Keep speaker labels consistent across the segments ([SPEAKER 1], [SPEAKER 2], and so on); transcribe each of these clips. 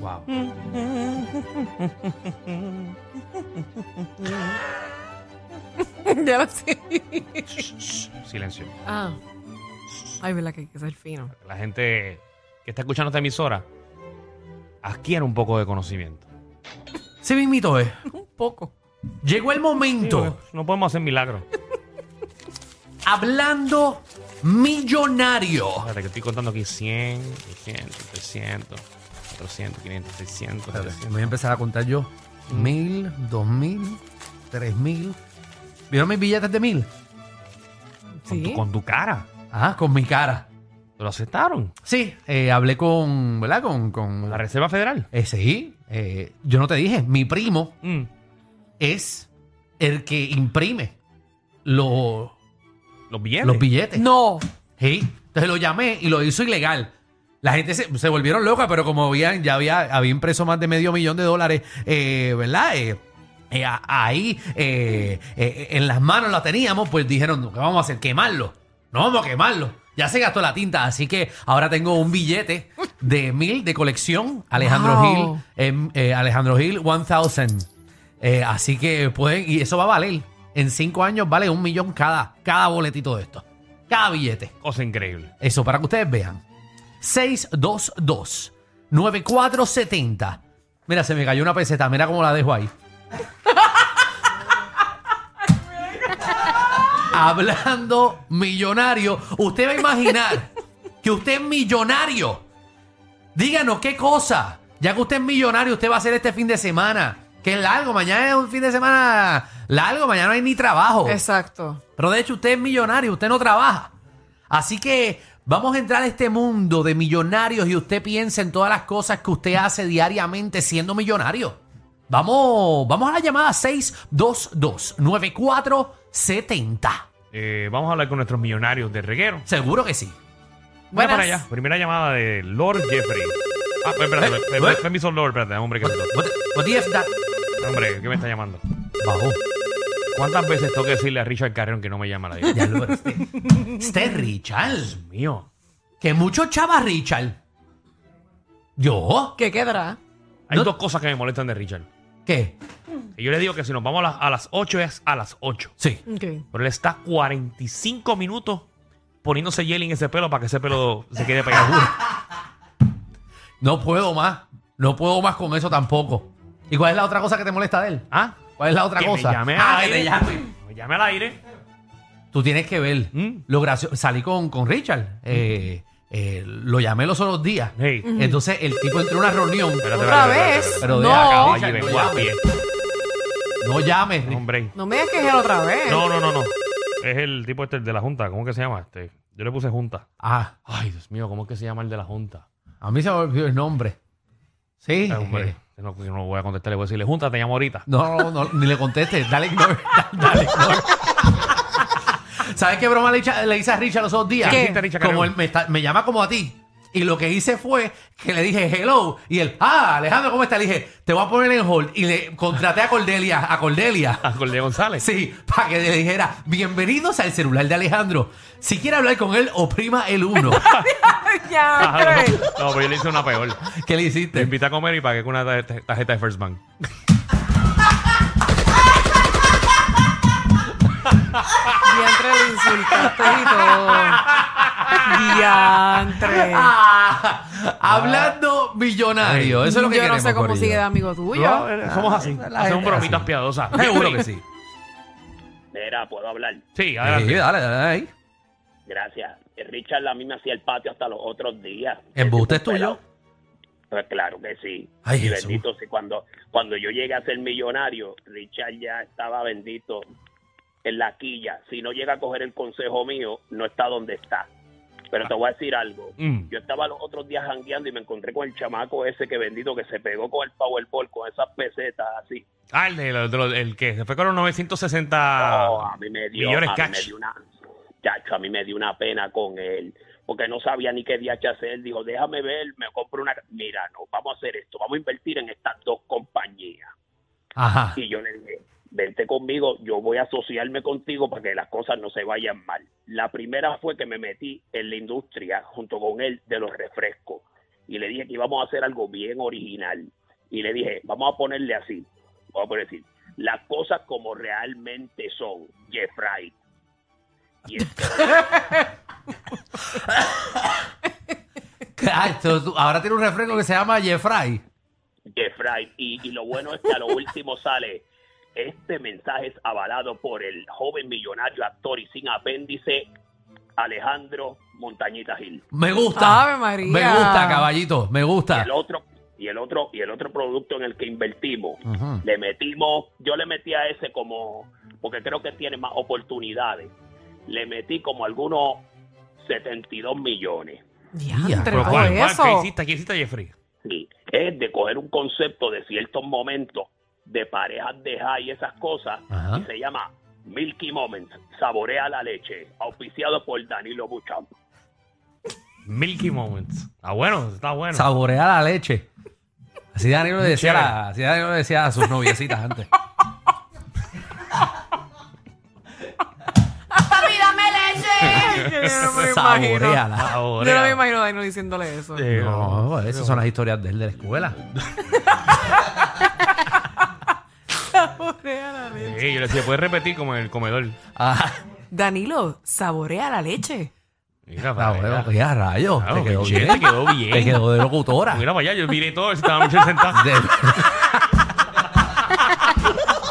[SPEAKER 1] wow.
[SPEAKER 2] ya lo sé.
[SPEAKER 1] Silencio.
[SPEAKER 2] Ah. Ay, verdad que hay que ser fino.
[SPEAKER 1] La gente que está escuchando esta emisora adquiere un poco de conocimiento.
[SPEAKER 3] Se mismito es.
[SPEAKER 2] Un poco.
[SPEAKER 3] Llegó el
[SPEAKER 1] Mm.
[SPEAKER 3] momento.
[SPEAKER 1] No podemos hacer milagros.
[SPEAKER 3] Hablando millonario.
[SPEAKER 1] Espérate, que estoy contando aquí 100, 200, 300, 400, 500, 600,
[SPEAKER 3] Espérate,
[SPEAKER 1] 700.
[SPEAKER 3] voy a empezar a contar yo. Mil, dos mil, tres mil. ¿Vieron mis billetes de mil?
[SPEAKER 1] Con, tu,
[SPEAKER 2] Sí.
[SPEAKER 1] con tu cara.
[SPEAKER 3] Ajá, Ah, con mi cara.
[SPEAKER 1] ¿Te Lo aceptaron.
[SPEAKER 3] Sí, eh, hablé con, ¿verdad? Con, con
[SPEAKER 1] La Reserva Federal.
[SPEAKER 3] Eh, sí, eh, yo no te dije, mi primo
[SPEAKER 1] Mm.
[SPEAKER 3] es el que imprime lo-
[SPEAKER 1] Los billetes.
[SPEAKER 3] los billetes.
[SPEAKER 2] No.
[SPEAKER 3] Sí, entonces lo llamé y lo hizo ilegal. La gente se, se volvieron loca, pero como habían, ya había, había impreso más de medio millón de dólares, eh, ¿verdad? Eh, eh, a- ahí eh, eh, en las manos la teníamos, pues dijeron, ¿qué vamos a hacer? Quemarlo. No vamos a quemarlo. Ya se gastó la tinta, así que ahora tengo un billete de mil de colección, Alejandro
[SPEAKER 2] Wow.
[SPEAKER 3] Gil, em, eh, Alejandro Gil 1000. Eh, así que pueden, y eso va a valer. En cinco años vale un millón cada, cada boletito de esto. Cada billete.
[SPEAKER 1] Cosa increíble.
[SPEAKER 3] Eso, para que ustedes vean. 622-9470. Mira, se me cayó una peseta. Mira cómo la dejo ahí. Hablando millonario. Usted va a imaginar que usted es millonario. Díganos qué cosa. Ya que usted es millonario, usted va a hacer este fin de semana. Que es largo. Mañana es un fin de semana largo. Mañana no hay ni trabajo.
[SPEAKER 2] Exacto.
[SPEAKER 3] Pero de hecho usted es millonario, usted no trabaja. Así que vamos a entrar a este mundo de millonarios y usted piensa en todas las cosas que usted hace diariamente siendo millonario. Vamos, vamos a la llamada 622-9470.
[SPEAKER 1] Eh, vamos a hablar con nuestros millonarios de reguero.
[SPEAKER 3] Seguro que sí.
[SPEAKER 1] Mira
[SPEAKER 2] Buenas.
[SPEAKER 1] para allá. Primera llamada de Lord Jeffrey. Ah, pues, espérate,
[SPEAKER 3] Eh,
[SPEAKER 1] per- per-
[SPEAKER 3] eh.
[SPEAKER 1] permiso, Lord, espérate, hombre, que me
[SPEAKER 3] What- what the F that-
[SPEAKER 1] hombre, ¿qué me está llamando?
[SPEAKER 3] Bajó.
[SPEAKER 1] ¿Cuántas veces tengo que decirle a Richard Carrion que no me llama la
[SPEAKER 3] Ya lo este, este Richard.
[SPEAKER 1] mío.
[SPEAKER 3] Que mucho chava Richard. ¿Yo?
[SPEAKER 2] ¿Qué quedará?
[SPEAKER 1] Hay
[SPEAKER 3] No-
[SPEAKER 1] dos cosas que me molestan de Richard.
[SPEAKER 3] ¿Qué?
[SPEAKER 1] Y yo le digo que si nos vamos a las, a las 8 es a las 8.
[SPEAKER 3] Sí.
[SPEAKER 2] Ok.
[SPEAKER 1] Pero él está 45 minutos poniéndose jelly en ese pelo para que ese pelo se quede pegado.
[SPEAKER 3] No puedo más. No puedo más con eso tampoco. ¿Y cuál es la otra cosa que te molesta de él?
[SPEAKER 1] ¿Ah?
[SPEAKER 3] ¿Cuál es la otra
[SPEAKER 1] Que me
[SPEAKER 3] cosa?
[SPEAKER 1] llame al
[SPEAKER 3] ah, que
[SPEAKER 1] aire.
[SPEAKER 3] te llame.
[SPEAKER 1] Me llame al aire.
[SPEAKER 3] Tú tienes que ver.
[SPEAKER 1] Mm.
[SPEAKER 3] Lo gracio- Salí con, con Richard. Eh, eh, lo llamé los otros días.
[SPEAKER 1] Hey.
[SPEAKER 3] Entonces el tipo entró a una reunión.
[SPEAKER 1] Espérate,
[SPEAKER 2] Otra
[SPEAKER 1] espérate, espérate,
[SPEAKER 2] vez.
[SPEAKER 1] espérate.
[SPEAKER 3] Pero de
[SPEAKER 2] No.
[SPEAKER 3] acá,
[SPEAKER 1] Oye,
[SPEAKER 3] Richard,
[SPEAKER 1] me
[SPEAKER 3] no
[SPEAKER 1] guapié.
[SPEAKER 3] llames. No llames.
[SPEAKER 1] No, este hombre.
[SPEAKER 2] No me dejes quejar otra vez.
[SPEAKER 1] No, no, no, no. Es el tipo este el de la junta. ¿Cómo que se llama? Este, yo le puse junta.
[SPEAKER 3] Ah,
[SPEAKER 1] Ay, Dios mío, ¿cómo es que se llama el de la junta?
[SPEAKER 3] a mí se me olvidó el nombre.
[SPEAKER 1] Ay,
[SPEAKER 3] Sí.
[SPEAKER 1] hombre,
[SPEAKER 3] eh,
[SPEAKER 1] yo no, yo no voy a contestarle, voy a decirle junta, te llamo ahorita.
[SPEAKER 3] No, no, no, ni le contestes. Dale ignore. Dale ignore. ¿Sabes qué broma le, echa- le hice a Richard los otros días?
[SPEAKER 1] ¿Qué le hiciste a Richard
[SPEAKER 3] Como
[SPEAKER 1] Carrión?
[SPEAKER 3] él me, está- me llama como a ti. Y lo que hice fue que le dije hello. Y él, ah, Alejandro, ¿cómo estás? Le dije, te voy a poner en hold. Y le contraté a Cordelia, a Cordelia.
[SPEAKER 1] Ah, Con el de González.
[SPEAKER 3] Sí, para que le dijera, bienvenidos al celular de Alejandro. Si quiere hablar con él, oprima el 1.
[SPEAKER 1] Ah,
[SPEAKER 2] ya,
[SPEAKER 1] no,
[SPEAKER 2] ok.
[SPEAKER 1] no, pero yo le hice una peor.
[SPEAKER 3] ¿Qué le
[SPEAKER 1] Te
[SPEAKER 3] hiciste?
[SPEAKER 1] invita a comer y pagué con una tar- tarjeta de First Bank.
[SPEAKER 2] Diantre le insultaste y todo. Diantre.
[SPEAKER 3] Ah, hablando millonario. Eso es lo que
[SPEAKER 2] Yo
[SPEAKER 3] queremos,
[SPEAKER 2] no sé cómo
[SPEAKER 3] corillo.
[SPEAKER 2] sigue de amigo tuyo.
[SPEAKER 1] No, eh, somos así.
[SPEAKER 3] la gente
[SPEAKER 1] Hacemos bromitas
[SPEAKER 3] así.
[SPEAKER 1] piadosas.
[SPEAKER 3] Seguro que sí.
[SPEAKER 4] Mira, puedo hablar.
[SPEAKER 1] Sí,
[SPEAKER 3] Sí,
[SPEAKER 1] adelante.
[SPEAKER 3] dale, dale ahí.
[SPEAKER 4] Gracias. Richard a mí me hacía el patio hasta los otros días.
[SPEAKER 3] ¿Embuste es
[SPEAKER 4] Ese fue un
[SPEAKER 3] tuyo?
[SPEAKER 4] pelado. Pues claro que sí.
[SPEAKER 3] Ay,
[SPEAKER 4] y
[SPEAKER 3] Jesús.
[SPEAKER 4] bendito sí, cuando, cuando yo llegué a ser millonario, Richard ya estaba bendito en la quilla. Si no llega a coger el consejo mío, no está donde está. Pero te voy a decir algo.
[SPEAKER 1] Mm.
[SPEAKER 4] Yo estaba los otros días jangueando y me encontré con el chamaco ese que bendito que se pegó con el Powerball, con esas pesetas así.
[SPEAKER 1] Ah, el, de lo- de lo- el que se fue con los 960.
[SPEAKER 4] No, a mí me dio,
[SPEAKER 1] millones
[SPEAKER 4] a mí
[SPEAKER 1] Ah, cash.
[SPEAKER 4] me dio una, chacho, a mí me dio una pena con él, porque no sabía ni qué día hacer. Dijo, déjame ver, me compro una. Mira, no, vamos a hacer esto, vamos a invertir en estas dos compañías.
[SPEAKER 3] Ajá.
[SPEAKER 4] Y yo le dije, vente conmigo, yo voy a asociarme contigo para que las cosas no se vayan mal. La primera fue que me metí en la industria junto con él de los refrescos y le dije que íbamos a hacer algo bien original. Y le dije, vamos a ponerle así, vamos a poner así, las cosas como realmente son, Jeffrey. Y es
[SPEAKER 3] Ah, esto- tú- ahora tiene un refresco que se llama Jeffrey.
[SPEAKER 4] Jeffrey. Y, y lo bueno es que a lo último sale, este mensaje es avalado por el joven millonario actor y sin apéndice, Alejandro Montañita Gil.
[SPEAKER 3] Me gusta.
[SPEAKER 2] Ave Ah, María.
[SPEAKER 3] Me gusta, caballito. Me gusta.
[SPEAKER 4] Y el otro y el otro y el otro producto en el que invertimos
[SPEAKER 3] Ujú.
[SPEAKER 4] le metimos yo le metí a ese como porque creo que tiene más oportunidades le metí como algunos 72 millones
[SPEAKER 2] Diantre,
[SPEAKER 1] Pero,
[SPEAKER 2] todo
[SPEAKER 1] ¿cuál, cuál?
[SPEAKER 2] eso.
[SPEAKER 1] ¿Qué hiciste? ¿Qué hiciste, Jeffrey?
[SPEAKER 4] sí es de coger un concepto de ciertos momentos de parejas de high y esas cosas
[SPEAKER 3] Ajá.
[SPEAKER 4] y se llama Milky Moments saborea la leche auspiciado por Danilo Buchamp
[SPEAKER 1] Milky Moments. Ah, bueno, está bueno.
[SPEAKER 3] Saborea la leche. Así Danilo le decía, a
[SPEAKER 1] Chévere.
[SPEAKER 3] la- así Danilo le decía a sus noviecitas antes.
[SPEAKER 5] Papi, dame leche.
[SPEAKER 2] Ay, que yo no me imagino.
[SPEAKER 3] Saboreala.
[SPEAKER 2] Yo no me imagino a Daniel diciéndole eso.
[SPEAKER 1] Eh,
[SPEAKER 3] No, esas son las historias de él de la escuela.
[SPEAKER 2] Saborea la leche.
[SPEAKER 1] eh, yo le decía, puedes repetir como en el comedor.
[SPEAKER 3] Ah,
[SPEAKER 2] Danilo, saborea la leche.
[SPEAKER 1] Mira, para
[SPEAKER 3] saborea,
[SPEAKER 1] allá.
[SPEAKER 3] ya, rayos.
[SPEAKER 1] Claro,
[SPEAKER 3] te quedó
[SPEAKER 1] Michelle, te
[SPEAKER 3] bien.
[SPEAKER 1] quedó bien.
[SPEAKER 3] Te quedó de locutora.
[SPEAKER 1] Mira para allá, yo miré todo, estaba mucho sentado.
[SPEAKER 3] De...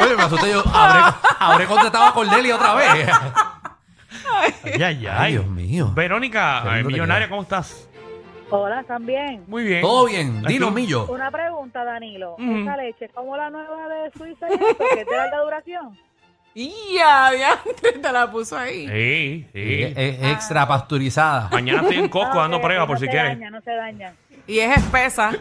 [SPEAKER 3] Oye, me asusté yo. Habré, habré contratado a Cordelia otra vez.
[SPEAKER 1] Ya, ya.
[SPEAKER 3] Ay, Dios mío. Qué
[SPEAKER 1] Verónica, eh,
[SPEAKER 3] lindo te
[SPEAKER 1] millonaria,
[SPEAKER 3] queda.
[SPEAKER 1] ¿cómo estás?
[SPEAKER 6] Hola, también.
[SPEAKER 1] Muy bien.
[SPEAKER 3] Todo bien. Dilo,
[SPEAKER 1] Aquí.
[SPEAKER 3] Millo.
[SPEAKER 6] Una pregunta, Danilo.
[SPEAKER 1] Ujú.
[SPEAKER 6] ¿Esa leche es como la nueva de Suiza y eso, que es de larga duración?
[SPEAKER 2] Y ya, diantre, te la puso ahí.
[SPEAKER 1] Sí,
[SPEAKER 3] Eh,
[SPEAKER 1] sí.
[SPEAKER 3] eh, extra pasturizada.
[SPEAKER 1] Mañana estoy en Costco
[SPEAKER 6] Ah,
[SPEAKER 1] dando
[SPEAKER 6] ok,
[SPEAKER 1] prueba
[SPEAKER 6] ok,
[SPEAKER 1] por
[SPEAKER 6] no
[SPEAKER 1] si
[SPEAKER 6] se
[SPEAKER 1] quieres.
[SPEAKER 6] Daña, no se daña.
[SPEAKER 2] Y es espesa.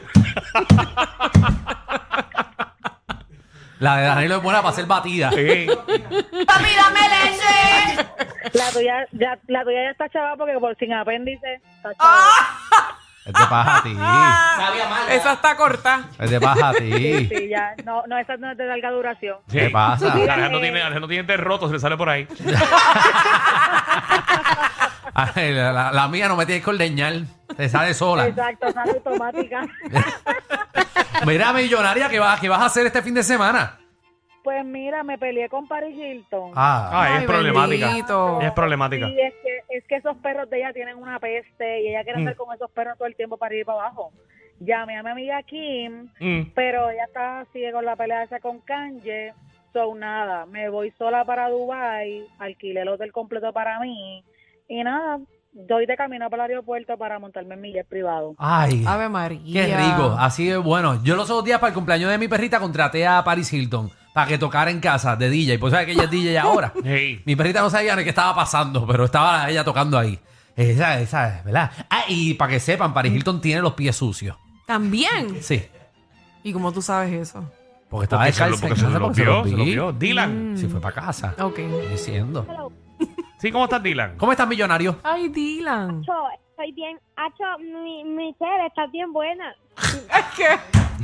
[SPEAKER 3] La de Danilo es buena para ser batida.
[SPEAKER 1] Sí.
[SPEAKER 5] Papi, dame leche.
[SPEAKER 6] La tuya ya, la tuya ya está chava porque por sin apéndice está chava.
[SPEAKER 1] Ah.
[SPEAKER 3] Es de paja a ti.
[SPEAKER 2] Esa está corta.
[SPEAKER 3] Es de paja a
[SPEAKER 6] Sí,
[SPEAKER 3] ti.
[SPEAKER 6] sí, ya. No, no, esa no es de larga duración.
[SPEAKER 1] Sí.
[SPEAKER 3] ¿Qué pasa?
[SPEAKER 1] Alejandro tiene, Alejandro tiene dientes rotos, se le sale por ahí.
[SPEAKER 3] Ay, la, la- la mía no me tienes que ordeñar. Te sale sola.
[SPEAKER 6] Exacto, sale automática.
[SPEAKER 3] Mira, millonaria, ¿qué vas, qué vas a hacer este fin de semana?
[SPEAKER 6] Pues mira, me peleé con Paris Hilton.
[SPEAKER 3] Ah,
[SPEAKER 1] Ah, ella es problemática.
[SPEAKER 2] bendito.
[SPEAKER 1] Ella es problemática.
[SPEAKER 6] Y es que, es que esos perros de ella tienen una peste y ella quiere estar con esos perros todo el tiempo para ir para abajo. Llamé a mi amiga Kim
[SPEAKER 1] Mm.
[SPEAKER 6] pero ella está sigue con la pelea esa con Kanye so nada me voy sola para Dubai alquilé el hotel completo para mí y nada doy de camino para el aeropuerto para montarme en mi jet privado
[SPEAKER 3] ay.
[SPEAKER 2] Ave María.
[SPEAKER 3] Qué rico, así es bueno. Yo los otros días para el cumpleaños de mi perrita contraté a Paris Hilton para que tocara en casa de DJ. Pues sabes que ella es DJ ahora.
[SPEAKER 1] Sí.
[SPEAKER 3] Mi perrita no sabía ni qué estaba pasando, pero estaba ella tocando ahí. Esa, esa, ¿verdad? Ah, y para que sepan, Paris Hilton tiene los pies sucios.
[SPEAKER 2] También.
[SPEAKER 3] Sí.
[SPEAKER 2] ¿Y cómo tú sabes eso?
[SPEAKER 3] Porque estaba
[SPEAKER 1] Porque se lo,
[SPEAKER 3] descalza
[SPEAKER 1] porque
[SPEAKER 3] en
[SPEAKER 1] se
[SPEAKER 3] casa
[SPEAKER 1] lo
[SPEAKER 3] porque se
[SPEAKER 1] vio,
[SPEAKER 3] los
[SPEAKER 1] se lo
[SPEAKER 3] vi.
[SPEAKER 1] vio.
[SPEAKER 2] Mm.
[SPEAKER 1] Dylan.
[SPEAKER 3] Si fue para casa.
[SPEAKER 2] Ok.
[SPEAKER 3] Estoy Diciendo.
[SPEAKER 1] Sí, ¿cómo estás, Dylan?
[SPEAKER 3] ¿Cómo estás, millonario?
[SPEAKER 2] Ay, Dylan.
[SPEAKER 7] Acho, estoy bien. Acho, mi, mi chera está bien buena.
[SPEAKER 2] qué,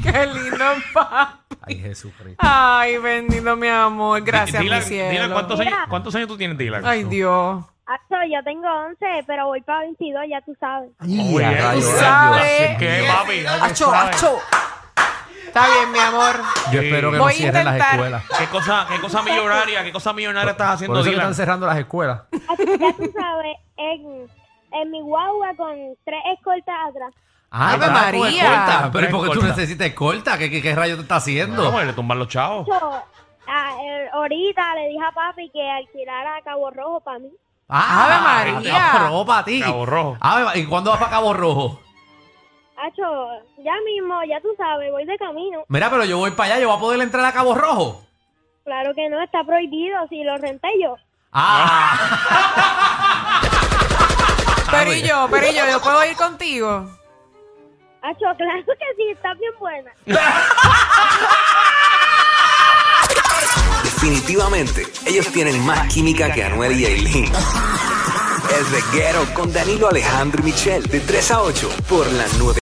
[SPEAKER 2] qué lindo, papá.
[SPEAKER 3] Ay, Jesucristo.
[SPEAKER 2] Ay, bendito, mi amor. Gracias,
[SPEAKER 1] Eh, Dylan,
[SPEAKER 2] mi cielo.
[SPEAKER 1] Dylan, ¿cuántos, años, ¿cuántos años tú tienes, Dylan?
[SPEAKER 2] Ay, Dios.
[SPEAKER 7] Acho, yo tengo 11, pero voy para 22, ya tú sabes.
[SPEAKER 1] Muy bien.
[SPEAKER 2] tú sabes.
[SPEAKER 1] ¿Qué, papi? Ya tú
[SPEAKER 2] Acho,
[SPEAKER 1] sabes.
[SPEAKER 2] acho. Está bien, mi amor.
[SPEAKER 3] Yo espero que no
[SPEAKER 2] Voy a
[SPEAKER 3] cierren las
[SPEAKER 2] intentar.
[SPEAKER 3] escuelas.
[SPEAKER 1] ¿Qué cosa, ¿Qué cosa millonaria? ¿Qué cosa millonaria estás
[SPEAKER 3] Por
[SPEAKER 1] haciendo,
[SPEAKER 3] eso que
[SPEAKER 1] Dylan?
[SPEAKER 3] están cerrando las escuelas.
[SPEAKER 7] Acho, ya tú sabes, en, en mi guagua con tres escoltas atrás.
[SPEAKER 3] Ah,
[SPEAKER 2] Ave
[SPEAKER 3] pero tú
[SPEAKER 2] María.
[SPEAKER 3] escolta. Pero ¿y
[SPEAKER 1] Tú
[SPEAKER 3] por qué tú
[SPEAKER 1] escolta.
[SPEAKER 3] necesitas escolta? ¿Qué, qué, qué rayos te está haciendo?
[SPEAKER 1] ¿Cómo le tumban los chavos?
[SPEAKER 7] Acho, a- eh, ahorita le dije a papi que alquilara a Cabo Rojo para mí.
[SPEAKER 3] Ah,
[SPEAKER 2] Ave María.
[SPEAKER 3] Cabo Rojo para ti.
[SPEAKER 1] Cabo Rojo.
[SPEAKER 3] Ave Ma- ¿Y cuándo vas para Cabo Rojo?
[SPEAKER 7] Acho, ya mismo, ya tú sabes, voy de camino.
[SPEAKER 3] Mira, pero yo voy para allá, yo voy a poder entrar a Cabo Rojo.
[SPEAKER 7] Claro que no, está prohibido si lo renté yo.
[SPEAKER 3] Ah,
[SPEAKER 2] Pero y yo, pero y yo, yo puedo ir contigo.
[SPEAKER 7] Acho, claro que sí, está bien buena.
[SPEAKER 8] Definitivamente, ellos tienen más química que Anuel y Aileen. El reguero con Danilo Alejandro y Michel, de 3 a 8, por la 9.